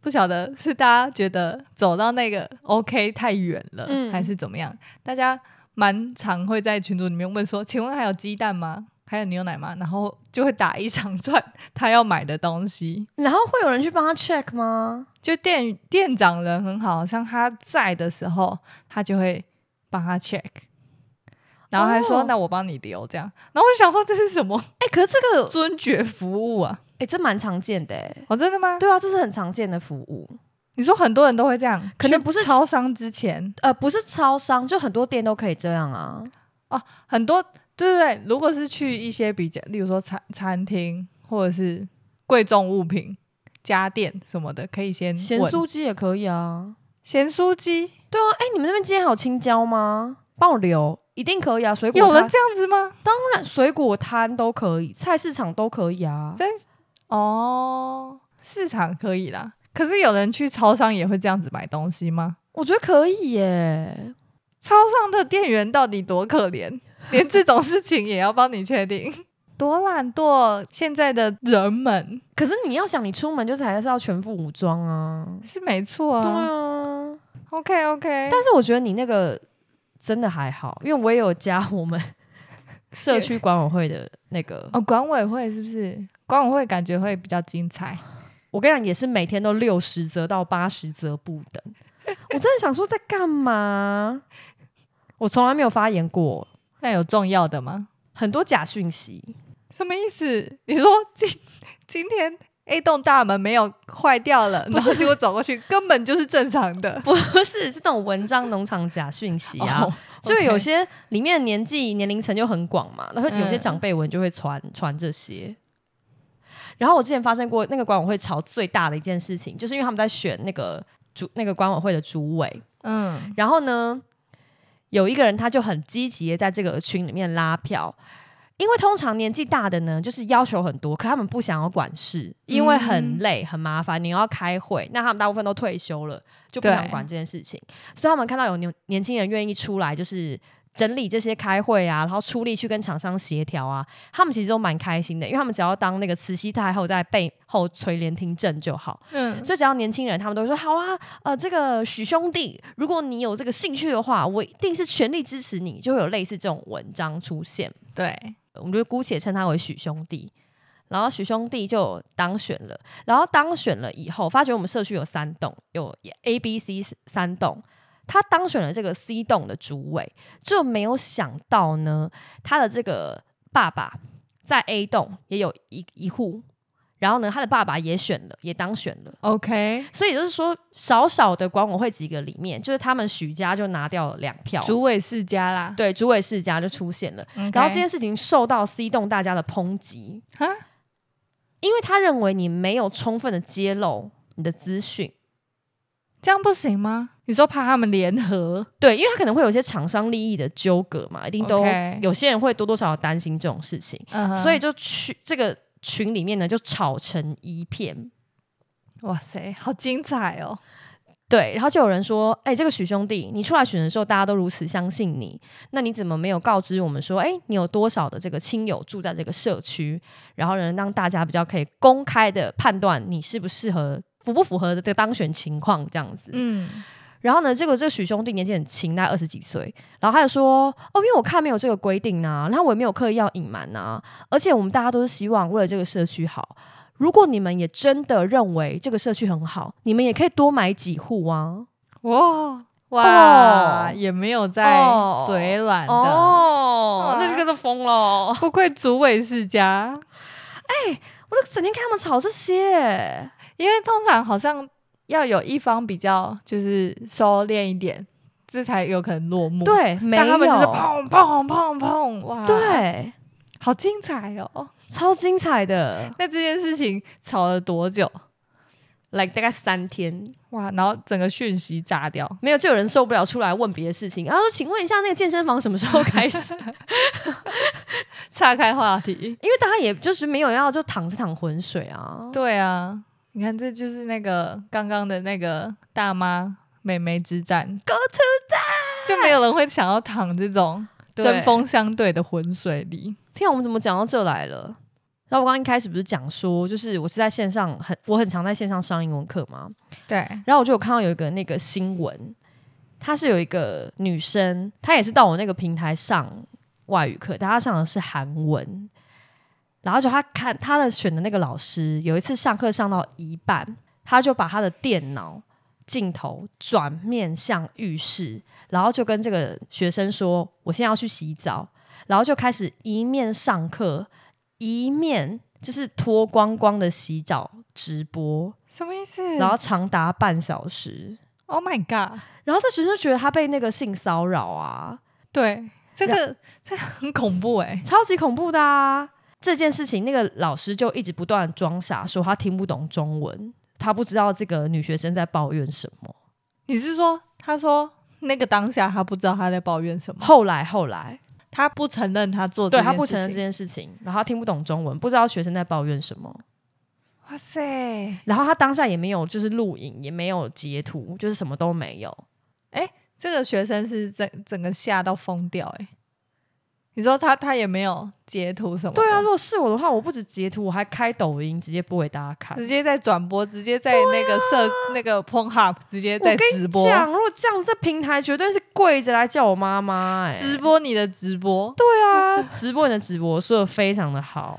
Speaker 2: 不晓得是大家觉得走到那个 OK 太远了，
Speaker 3: 嗯
Speaker 2: 还是怎么样？大家蛮常会在群组里面问说：“请问还有鸡蛋吗？还有牛奶吗？”然后就会打一长串 他要买的东西。
Speaker 3: 然后会有人去帮他 check 吗？
Speaker 2: 就店店长人很好，像他在的时候，他就会帮他 check，然后还说：“
Speaker 3: 哦
Speaker 2: 那我帮你留。”这样，然后我就想说这是什么
Speaker 3: 哎、可是这个，
Speaker 2: 尊爵服务啊？
Speaker 3: 哎、这蛮常见的、哎，
Speaker 2: 哦，真的吗？
Speaker 3: 对啊，这是很常见的服务。
Speaker 2: 你说很多人都会这样，
Speaker 3: 可能不是
Speaker 2: 去超商之前，
Speaker 3: 呃，不是超商，就很多店都可以这样啊。
Speaker 2: 很多对对对，如果是去一些比较，例如说餐餐厅或者是贵重物品、家电什么的，可以先
Speaker 3: 咸
Speaker 2: 问
Speaker 3: 酥鸡也可以啊。
Speaker 2: 咸酥鸡，
Speaker 3: 对啊，哎、你们那边今天还有青椒吗？帮我留。一定可以啊，水果
Speaker 2: 有人
Speaker 3: 摊
Speaker 2: 这样子吗？
Speaker 3: 当然水果摊都可以，菜市场都可以啊。
Speaker 2: 哦，市场可以啦。可是有人去超商也会这样子买东西吗？
Speaker 3: 我觉得可以耶，
Speaker 2: 超商的店员到底多可 怜，连这种事情也要帮你确定， 多懒惰！现在的人们
Speaker 3: 可是你要想，你出门就是还是要全副武装啊。
Speaker 2: 是没错
Speaker 3: 对
Speaker 2: 啊。
Speaker 3: 啊，
Speaker 2: OK OK，
Speaker 3: 但是我觉得你那个真的还好，因为我也有加我们社区管委会的那个，
Speaker 2: 哦，管委会是不是？管委会感觉会比较精彩。
Speaker 3: 我跟你讲，也是每天都六十则到八十则不等。我真的想说在干嘛？我从来没有发言过，
Speaker 2: 那有重要的吗？
Speaker 3: 很多假讯息。
Speaker 2: 什么意思？你说今今天 A 栋大门没有坏掉了，然后结果走过去根本就是正常的。
Speaker 3: 不是，是那种文章农场假讯息啊
Speaker 2: 哦
Speaker 3: 就有
Speaker 2: OK
Speaker 3: 些里面的年纪年龄层就很广嘛，然后有些
Speaker 2: 嗯
Speaker 3: 长辈文就会传传这些。然后我之前发生过那个管委会吵最大的一件事情，就是因为他们在选那个主那个管委会的主委，
Speaker 2: 嗯，
Speaker 3: 然后呢，有一个人他就很积极的在这个群里面拉票，因为通常年纪大的呢，就是要求很多，可他们不想要管事，因为很
Speaker 2: 嗯
Speaker 3: 累很麻烦，你又要开会，那他们大部分都退休了，就不想
Speaker 2: 对
Speaker 3: 管这件事情，所以他们看到有年年轻人愿意出来，就是。整理这些开会啊，然后出力去跟厂商协调啊，他们其实都蛮开心的，因为他们只要当那个慈禧太后在背后垂帘听政就好。
Speaker 2: 嗯，
Speaker 3: 所以只要年轻人，他们都会说好啊，呃，这个许兄弟，如果你有这个兴趣的话，我一定是全力支持你，就会有类似这种文章出现。
Speaker 2: 对，
Speaker 3: 我们就姑且称他为许兄弟。然后许兄弟就当选了，然后当选了以后，发觉我们社区有三栋，有 A、B、C 三栋，他当选了这个 C 栋的主委，就没有想到呢，他的这个爸爸在 A 栋也有一一户，然后呢，他的爸爸也选了，也当选了。
Speaker 2: OK，
Speaker 3: 所以就是说，少少的管委会几个里面，就是他们许家就拿掉了两票，
Speaker 2: 主委世家啦。
Speaker 3: 对主委世家就出现了。
Speaker 2: 然
Speaker 3: 然后这件事情受到 C 栋大家的抨击，
Speaker 2: 啊，
Speaker 3: 因为他认为你没有充分的揭露你的资讯，
Speaker 2: 这样不行吗？你说怕他们联合？
Speaker 3: 对，因为他可能会有一些厂商利益的纠葛嘛，一定都
Speaker 2: OK
Speaker 3: 有些人会多多少少担心这种事情，
Speaker 2: 嗯
Speaker 3: 所以就去这个群里面呢就吵成一片。
Speaker 2: 哇塞，好精彩哦！
Speaker 3: 对，然后就有人说：“哎、这个许兄弟，你出来选的时候，大家都如此相信你，那你怎么没有告知我们说，哎、你有多少的这个亲友住在这个社区，然后呢，让大家比较可以公开的判断你适不适合、符不符合的这个当选情况这样子？”
Speaker 2: 嗯，
Speaker 3: 然后呢，这个这个许兄弟年纪很轻，大概二十几岁，然后他就说：“哦，因为我看没有这个规定啊，然后我也没有刻意要隐瞒啊，而且我们大家都是希望为了这个社区好。如果你们也真的认为这个社区很好，你们也可以多买几户啊。”
Speaker 2: 哇哇，
Speaker 3: 哦
Speaker 2: 也没有在
Speaker 3: 哦
Speaker 2: 嘴软的，
Speaker 3: 哦，那
Speaker 2: 啊
Speaker 3: 这个就疯了。
Speaker 2: 不愧主委世家。
Speaker 3: 我就整天看他们吵这些，
Speaker 2: 因为通常好像要有一方比较就是收敛一点，这才有可能落幕。，
Speaker 3: 对，没
Speaker 2: 但他们就是
Speaker 3: 有
Speaker 2: 砰砰砰砰，哇，，
Speaker 3: 对，
Speaker 2: 好精彩哦！
Speaker 3: 超精彩的
Speaker 2: 那这件事情吵了多久？
Speaker 3: ，like 大概三天，
Speaker 2: 哇，然后整个讯息炸掉，
Speaker 3: 没有就有人受不了出来问别的事情，然后啊说：“请问一下，那个健身房什么时候开 始？”
Speaker 2: 岔开话 题。
Speaker 3: 因为大家也就是没有要就躺着躺浑水啊，
Speaker 2: 对啊，你看，这就是那个刚刚的那个大妈美眉之战，Go to 战，就没有人会想要躺这种
Speaker 3: 对
Speaker 2: 针锋相对的浑水里。
Speaker 3: 天、啊，我们怎么讲到这来了？然后我刚刚一开始不是讲说，就是我是在线上很，我很常在线上上英文课嘛，
Speaker 2: 对，
Speaker 3: 然后我就有看到有一个那个新闻，她是有一个女生，她也是到我那个平台上外语课，但她上的是韩文。然后就她看她的选的那个老师，有一次上课上到一半，她就把她的电脑镜头转面向浴室，然后就跟这个学生说：“我现在要去洗澡。”然后就开始一面上课，一面就是脱光光的洗澡直播。
Speaker 2: 什么意思
Speaker 3: 然后长达半小时。
Speaker 2: Oh my god！
Speaker 3: 然后这学生就觉得他被那个性骚扰啊，
Speaker 2: 对，这个这个很恐怖哎、
Speaker 3: 超级恐怖的啊！这件事情，那个老师就一直不断地装傻，说他听不懂中文，他不知道这个女学生在抱怨什么。
Speaker 2: 你是说，他说那个当下他不知道他在抱怨什么，
Speaker 3: 后来后来，
Speaker 2: 他不承认他做这
Speaker 3: 对
Speaker 2: 件事
Speaker 3: 他
Speaker 2: 情，
Speaker 3: 不承认这件事情，然后他听不懂中文，不知道学生在抱怨什么，
Speaker 2: 哇塞，
Speaker 3: 然后他当下也没有就是录影，也没有截图，就是什么都没有。
Speaker 2: 这个学生是整整个吓到疯掉哎、你说他他也没有截图什么的，
Speaker 3: 对啊，如果是我的话，我不止截图，我还开抖音直接播给大家看。
Speaker 2: 直接在转播，直接在那个社、那个 p o n Hub 直接
Speaker 3: 啊 我
Speaker 2: 在
Speaker 3: 跟
Speaker 2: 直
Speaker 3: 你
Speaker 2: 播，
Speaker 3: 讲，如果这样，这平台绝对是跪着来叫我妈妈、哎，
Speaker 2: 直播你的直播，
Speaker 3: 对啊， 直播你的直播说的非常的好。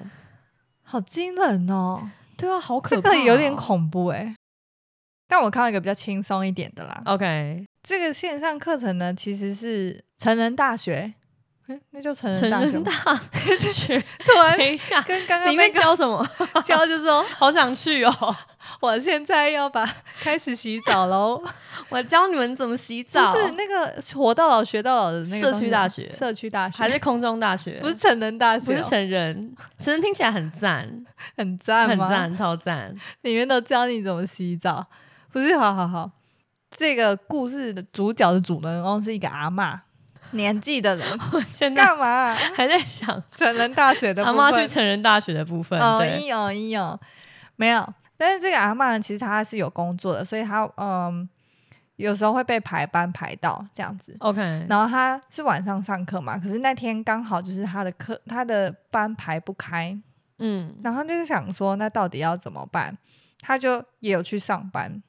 Speaker 2: 好惊人哦，
Speaker 3: 对啊，好可
Speaker 2: 这
Speaker 3: 怕、
Speaker 2: 个有点。恐怖哎、但我看到一个比较轻松一点的啦，
Speaker 3: OK，
Speaker 2: 这个线上课程呢其实是成人大学，诶那就成
Speaker 3: 成
Speaker 2: 人大学吗，
Speaker 3: 人大学，
Speaker 2: 突然
Speaker 3: 等一下，
Speaker 2: 跟刚
Speaker 3: 里
Speaker 2: 刚那
Speaker 3: 面
Speaker 2: 个
Speaker 3: 教什么？
Speaker 2: 教就是说，
Speaker 3: 好想去哦！
Speaker 2: 我现在要把开始洗澡 喽。
Speaker 3: 我教你们怎么洗澡，
Speaker 2: 不是那个活到老学到老的那个
Speaker 3: 社
Speaker 2: 东西
Speaker 3: 区
Speaker 2: 吗
Speaker 3: 大学
Speaker 2: 社区大学
Speaker 3: 还是空中大学？
Speaker 2: 不是成人大学
Speaker 3: 不
Speaker 2: 哦、
Speaker 3: 是成人，成人听起来很赞，
Speaker 2: 很赞
Speaker 3: 很
Speaker 2: 吗？
Speaker 3: 赞，超赞。
Speaker 2: 里面都教你怎么洗澡，不是？好好好，这个故事的主角的主人公是一个阿嬷，年纪的人
Speaker 3: 我现在
Speaker 2: 干嘛啊、
Speaker 3: 还在想
Speaker 2: 成人大学的
Speaker 3: 阿
Speaker 2: 部分
Speaker 3: 妈去成人大学的部分，
Speaker 2: 哦
Speaker 3: 对，
Speaker 2: 一哦一哦，没有。但是这个阿嬷其实她是有工作的，所以她嗯有时候会被排班排到这样子。
Speaker 3: OK，
Speaker 2: 然后他是晚上上课嘛，可是那天刚好就是他的课，他的班排不开，
Speaker 3: 嗯，
Speaker 2: 然后他就是想说，那到底要怎么办？他就也有去上班，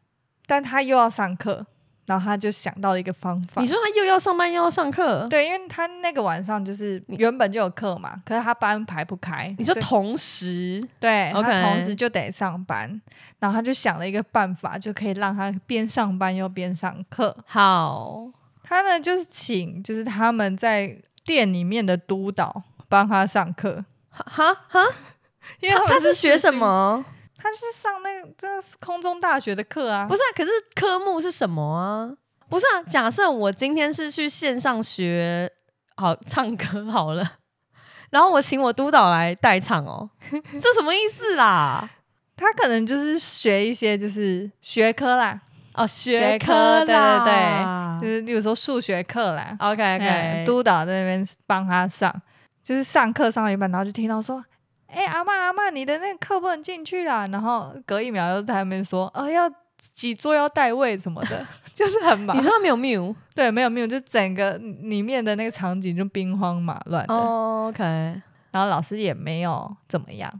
Speaker 2: 但他又要上课，然后他就想到了一个方法。
Speaker 3: 你说他又要上班又要上课，
Speaker 2: 对，因为他那个晚上就是原本就有课嘛，可是他班排不开。
Speaker 3: 你说
Speaker 2: 所以
Speaker 3: 同时
Speaker 2: 对，他
Speaker 3: OK
Speaker 2: 同时就得上班，然后他就想了一个办法，就可以让他边上班又边上课。
Speaker 3: 好
Speaker 2: 他呢就是请就是他们在店里面的督导帮他上课，
Speaker 3: 哈哈哈，
Speaker 2: 因为
Speaker 3: 他
Speaker 2: 们
Speaker 3: 他是学
Speaker 2: 私
Speaker 3: 什
Speaker 2: 训？
Speaker 3: 么？
Speaker 2: 他就是上那个这是空中大学的课啊，
Speaker 3: 不是啊，可是科目是什么啊？不是啊，假设我今天是去线上学好唱歌好了， 然后我请我督导来代唱 哦，这什么意思啦？
Speaker 2: 他可能就是学一些就是学科啦，
Speaker 3: 哦，
Speaker 2: 学
Speaker 3: 科
Speaker 2: 科对对对
Speaker 3: 啦，
Speaker 2: 就是例如说数学课啦，
Speaker 3: OK
Speaker 2: 哎
Speaker 3: OK，
Speaker 2: 督导在那边帮他上，就是上课上到一半，然后就听到说。哎、阿嬷阿嬷，你的那个课不能进去啦。然后隔一秒又在那边说，呃，要几桌要带位什么的， 就是很忙。
Speaker 3: 你说他没有 mute
Speaker 2: 对，没有没有，就整个里面的那个场景就兵荒马乱的，
Speaker 3: 哦，OK，
Speaker 2: 然后老师也没有怎么样。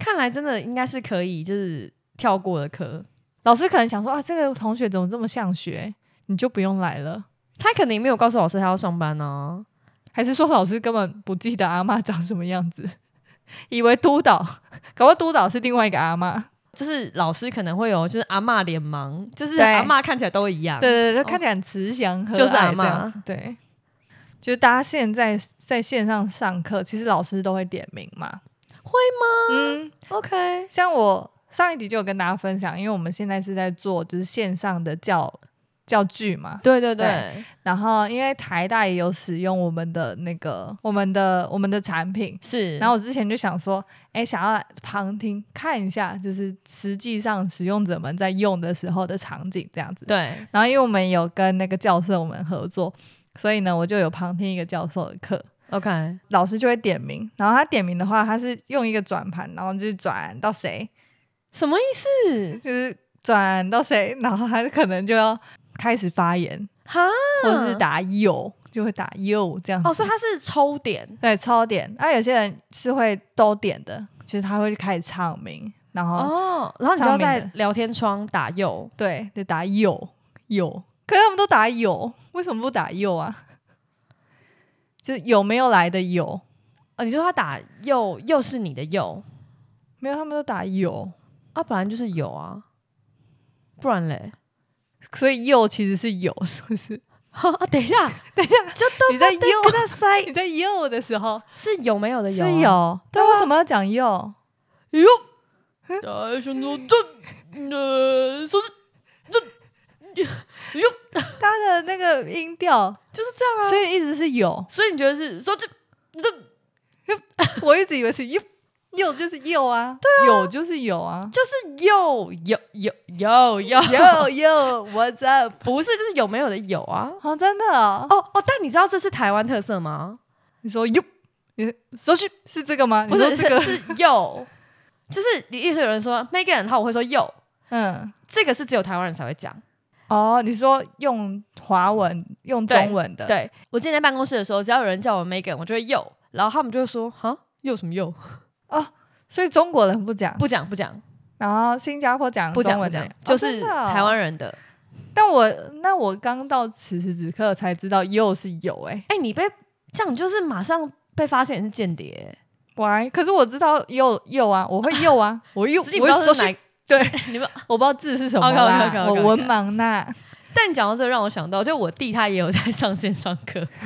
Speaker 3: 看来真的应该是可以，就是跳过的科，
Speaker 2: 老师可能想说啊，这个同学怎么这么像学，你就不用来了。
Speaker 3: 他可能也没有告诉老师他要上班啊呢、
Speaker 2: 还是说老师根本不记得阿妈长什么样子， 以为督导，搞不好督导是另外一个阿妈。
Speaker 3: 就是老师可能会有，就是阿嬷脸盲，就是
Speaker 2: 对
Speaker 3: 阿嬷看起来都一样。
Speaker 2: 对对对，就看起来很慈祥和蔼
Speaker 3: 哦就是阿嬷
Speaker 2: 这样子。对，就是大家现在在线上上课，其实老师都会点名嘛。
Speaker 3: 会
Speaker 2: 吗？嗯，
Speaker 3: ，OK，
Speaker 2: 像我上一集就有跟大家分享，因为我们现在是在做就是线上的教教具嘛，
Speaker 3: 对对对，
Speaker 2: 对然后因为台大也有使用我们的那个我们的我们的产品。
Speaker 3: 是。
Speaker 2: 然后我之前就想说，哎，想要来旁听看一下，就是实际上使用者们在用的时候的场景这样子。
Speaker 3: 对，
Speaker 2: 然后因为我们有跟那个教授我们合作，所以呢，我就有旁听一个教授的课，
Speaker 3: OK，
Speaker 2: 老师就会点名。然后他点名的话，他是用一个转盘，然后就转到谁，
Speaker 3: 什么意思？
Speaker 2: 就是转到谁，然后他可能就要开始发言，
Speaker 3: 哈，
Speaker 2: 或者是打有，就会打有这样子。
Speaker 3: 哦，所以他是抽点
Speaker 2: 对，超点。那、有些人是会都点的，就是他会开始唱名，然后、
Speaker 3: 哦，然后你就
Speaker 2: 上
Speaker 3: 要
Speaker 2: 面
Speaker 3: 在
Speaker 2: 的
Speaker 3: 聊天窗打右，
Speaker 2: 对，就打有有。可是他们都打有，为什么不打有啊？就是有没有来的有，
Speaker 3: 哦，你说他打右，右是你的右
Speaker 2: 没有，他们都打有，
Speaker 3: 啊，本来就是有啊，不然嘞，
Speaker 2: 所以有其实是有，是不是？
Speaker 3: 啊，等一下，
Speaker 2: 等一下，
Speaker 3: 就都
Speaker 2: 你在有
Speaker 3: 跟他塞
Speaker 2: 你在有的时候
Speaker 3: 是有没有的有、啊，
Speaker 2: 是有，但为什么要讲有？
Speaker 3: 哟，大熊说这，呃，说是这，哟，
Speaker 2: 他的那个音调，
Speaker 3: 就是这样啊。 。
Speaker 2: 所以一直是有
Speaker 3: 所以你觉得是说这这
Speaker 2: 我一直以为是有，有就是有啊，对啊，有就是有啊，
Speaker 3: 就是有有有有有，
Speaker 2: 有有 What's up？
Speaker 3: 不是就是有没有的有啊？
Speaker 2: 哦，真的哦，
Speaker 3: 哦哦，但你知道这是台湾特色吗？
Speaker 2: 你说有，你说去是这个吗？
Speaker 3: 不
Speaker 2: 你说
Speaker 3: 是
Speaker 2: 这个，
Speaker 3: 是是有，就是你意思有人说 Megan，然后我会说有，
Speaker 2: 嗯，
Speaker 3: 这个是只有台湾人才会讲。
Speaker 2: 哦，你说用华文用
Speaker 3: 对
Speaker 2: 中文的，
Speaker 3: 对我之前在办公室的时候，只要有人叫我 Megan，我就会有，然后他们就会说哈有什么有？
Speaker 2: 所以中国人不讲，
Speaker 3: 不讲不讲
Speaker 2: 然后新加坡讲
Speaker 3: 不
Speaker 2: 中
Speaker 3: 讲不
Speaker 2: 文的
Speaker 3: 讲
Speaker 2: 哦，
Speaker 3: 就是
Speaker 2: 真的哦
Speaker 3: 台湾人欸的。
Speaker 2: 但我那我刚到此时此刻才知道又是有哎、欸、
Speaker 3: 哎、你被这样，你就是马上被发现你是间谍欸、
Speaker 2: ，why？可是我知道又又啊，我会又 啊，我又
Speaker 3: 只是你
Speaker 2: 我
Speaker 3: 不知道
Speaker 2: 会说
Speaker 3: 是
Speaker 2: 去
Speaker 3: 哪，
Speaker 2: 对，
Speaker 3: 你们。
Speaker 2: 我不知道字是什么啦
Speaker 3: OK，OK，OK，OK
Speaker 2: 我文盲 呐。
Speaker 3: 但你讲到这，让我想到，就我弟他也有在上线上课，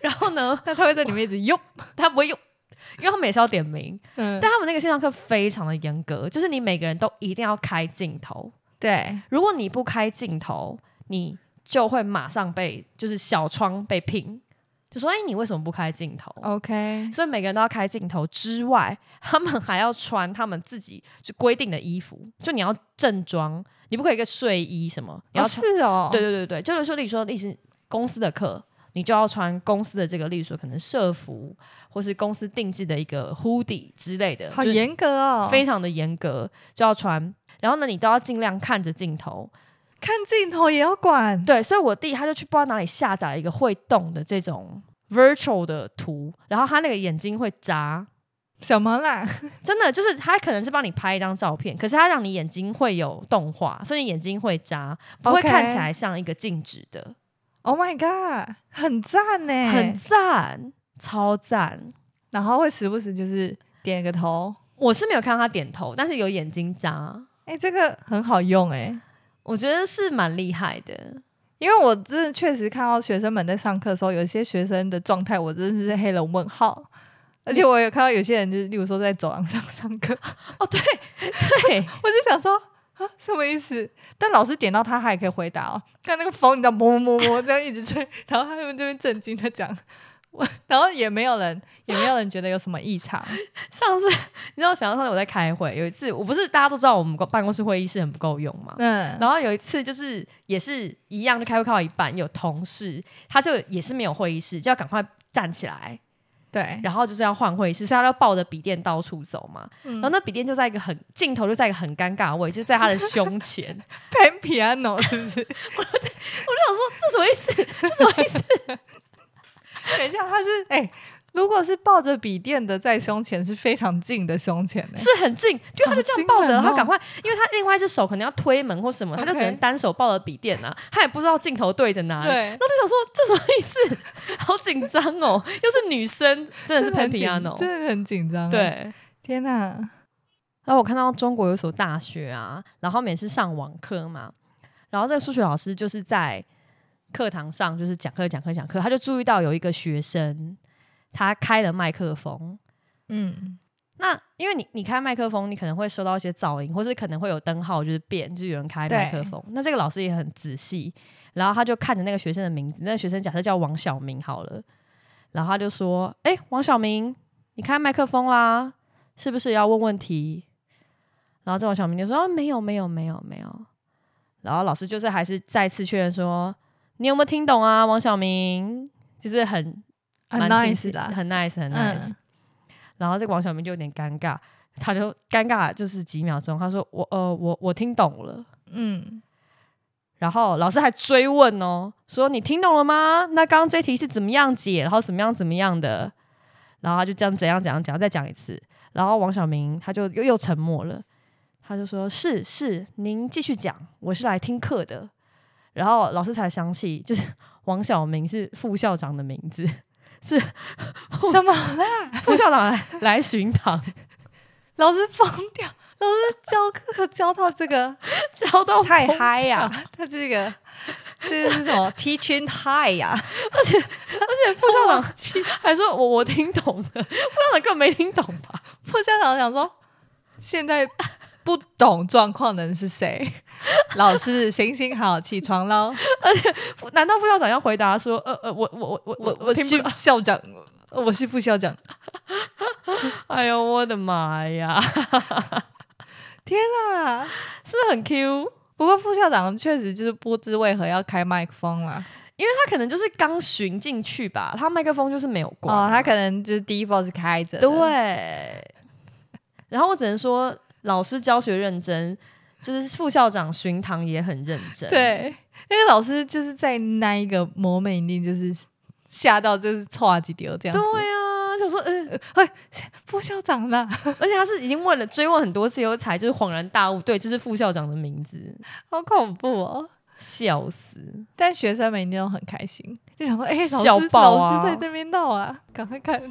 Speaker 3: 然后呢，
Speaker 2: 那他会在里面一直用，
Speaker 3: 他不会用，因为他们也是要点名，
Speaker 2: 嗯，
Speaker 3: 但他们那个线上课非常的严格，就是你每个人都一定要开镜头，
Speaker 2: 对，
Speaker 3: 如果你不开镜头，你就会马上被就是小窗被评，就说哎，你为什么不开镜头？
Speaker 2: OK，
Speaker 3: 所以每个人都要开镜头之外，他们还要穿他们自己就规定的衣服，就你要正装，你不可以一个睡衣什么，你要
Speaker 2: 哦
Speaker 3: 穿。
Speaker 2: 是哦，
Speaker 3: 对，对对对，就是说，例如说，例如公司的课，你就要穿公司的这个，例如说可能社服，或是公司定制的一个 hoodie 之类的，
Speaker 2: 好
Speaker 3: 就是
Speaker 2: 严格哦，
Speaker 3: 非常的严格，就要穿。然后呢，你都要尽量看着镜头。
Speaker 2: 看镜头也要管，
Speaker 3: 对，所以我弟他就去不知道哪里下载了一个会动的这种 virtual 的图，然后他那个眼睛会眨。
Speaker 2: 什么啦？
Speaker 3: 真的就是他可能是帮你拍一张照片，可是他让你眼睛会有动画，所以你眼睛会眨，不会
Speaker 2: OK
Speaker 3: 看起来像一个静止的
Speaker 2: Oh my god，很赞欸呢，
Speaker 3: 很赞，超赞。
Speaker 2: 然后会时不时就是点个头，
Speaker 3: 我是没有看到他点头，但是有眼睛眨，
Speaker 2: 哎、这个很好用哎、
Speaker 3: 我觉得是蛮厉害的。
Speaker 2: 因为我真的确实看到学生们在上课的时候，有一些学生的状态，我真的是黑人问号。而且我有看到有些人，就是例如说在走廊上上课，
Speaker 3: 哦，对对，
Speaker 2: 我就想说啊，什么意思？但老师点到他，他也可以回答哦。看那个风，你知道，摸摸摸这样一直吹，然后他们这边震惊的讲，我然后也没有人，也没有人觉得有什么异常。
Speaker 3: 上次你知道，想到上次我在开会，有一次我不是大家都知道我们办公室会议室很不够用吗？
Speaker 2: 嗯，
Speaker 3: 然后有一次就是也是一样，就开会开到一半，有同事他就也是没有会议室，就要赶快站起来，
Speaker 2: 对，
Speaker 3: 然后就是要换会议室，所以他就抱着笔电到处走嘛。然后那笔电就在一个很镜头就在一个很尴尬的位置，就在他的胸前。 我就
Speaker 2: 弹 piano 是不是？
Speaker 3: 想说这什么意思？这什么意思？
Speaker 2: 等一下，他是哎、如果是抱着笔电的在胸前，是非常近的胸前、欸，
Speaker 3: 是很近，就他就这样
Speaker 2: 好
Speaker 3: 抱着，
Speaker 2: 惊人哦
Speaker 3: 然后赶快，因为他另外一只手可能要推门或什么，他
Speaker 2: OK
Speaker 3: 就只能单手抱着笔电啊，他也不知道镜头对着哪里。
Speaker 2: 对
Speaker 3: 然后就想说这什么意思？好紧张哦，又是女生，真的是喷
Speaker 2: 很紧
Speaker 3: piano。
Speaker 2: 真的很紧张。，啊
Speaker 3: 对。
Speaker 2: 天哪，
Speaker 3: 然后我看到中国有一所大学啊，然后他们也是上网课嘛，然后这个数学老师就是在课堂上就是讲课讲课讲课，他就注意到有一个学生他开了麦克风，
Speaker 2: 嗯，
Speaker 3: 那因为你你开麦克风，你可能会收到一些噪音，或是可能会有灯号就是变，就是有人开麦克风。那这个老师也很仔细，然后他就看着那个学生的名字，那个学生假设叫王小明好了，然后他就说：“哎、王小明，你开麦克风啦，是不是要问问题？”然后这王小明就说：“啊，没有，没有，没有，没有。”然后老师就是还是再次确认说：“你有没有听懂啊，王小明？”就是很
Speaker 2: 很
Speaker 3: 蛮清晰
Speaker 2: 啊 nice 啦，
Speaker 3: 很 nice，很
Speaker 2: 嗯
Speaker 3: nice。然后这个王小明就有点尴尬，他就尴尬就是几秒钟，他说：“我呃，我我听懂了。
Speaker 2: 嗯，”
Speaker 3: 然后老师还追问哦，说：“你呃听懂了吗？那刚刚这题是怎么样解？然后怎么样怎么样的？”然后他就这样怎样怎样讲，再讲一次。然后王小明他就又又沉默了，他就说：“是是，您继续讲，我是来听课的。”然后老师才想起，就是王小明是副校长的名字，
Speaker 2: 嗯什么啦？
Speaker 3: 副校长来来巡堂，
Speaker 2: 老师疯掉，老师教课教到这个
Speaker 3: 教到
Speaker 2: 太
Speaker 3: 疯
Speaker 2: 嗨呀、他这个这是什么 teaching high 呀、
Speaker 3: 而且副校长还说我我听懂了，副校长根本没听懂 吧？
Speaker 2: 副校长想说，现在不懂状况的人是谁？老师，行行好，起床喽！
Speaker 3: 副难道副校长要回答说呃呃我我我我
Speaker 2: 我
Speaker 3: 我
Speaker 2: 我
Speaker 3: 听不
Speaker 2: 是
Speaker 3: 懂？
Speaker 2: 校长，我是副校长。
Speaker 3: 哎呦我的妈呀，
Speaker 2: 啊，
Speaker 3: 是不是很 Q？
Speaker 2: 不过副校长确实就是不知为何要开麦克风啦。
Speaker 3: 因为他可能就是刚寻进去吧，他麦克风就是没有关
Speaker 2: 哦，他可能就是 default 是开着的。
Speaker 3: 对。然后我只能说，老师教学认真，就是副校长巡堂也很认真。，
Speaker 2: 对，因为老师就是在那一个 moment 一定就是吓到就是唰几丢这样
Speaker 3: 对
Speaker 2: 子。
Speaker 3: 啊，想说，嗯、
Speaker 2: 副校长啦，
Speaker 3: 而且他是已经问了追问很多次以后，才就是恍然大悟，对，这是副校长的名字，
Speaker 2: 好恐怖哦！
Speaker 3: 笑死！
Speaker 2: 但学生们一定都很开心，就想说，哎、
Speaker 3: 笑
Speaker 2: 老师
Speaker 3: 爆啊
Speaker 2: 老师在这边闹啊，赶快看。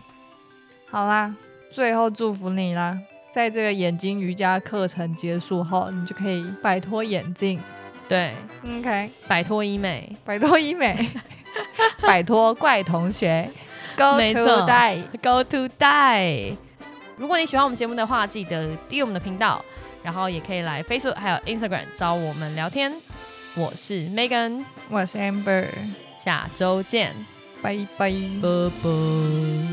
Speaker 2: 好啦，最后祝福你啦，在这个眼睛瑜伽课程结束后，你就可以摆脱眼镜
Speaker 3: 对，
Speaker 2: 嗯，OK，
Speaker 3: 摆脱医美
Speaker 2: 摆脱医美， 摆脱怪同 学，Go
Speaker 3: 没
Speaker 2: to
Speaker 3: 错
Speaker 2: die。
Speaker 3: ，Go to die。如果你喜欢我们节目的话，记得订阅我们的频道，然后也可以来 Facebook 还有 Instagram 找我们聊天。我是 Megan，
Speaker 2: 我是 Amber，
Speaker 3: 下周见，
Speaker 2: 拜拜。
Speaker 3: 啵啵。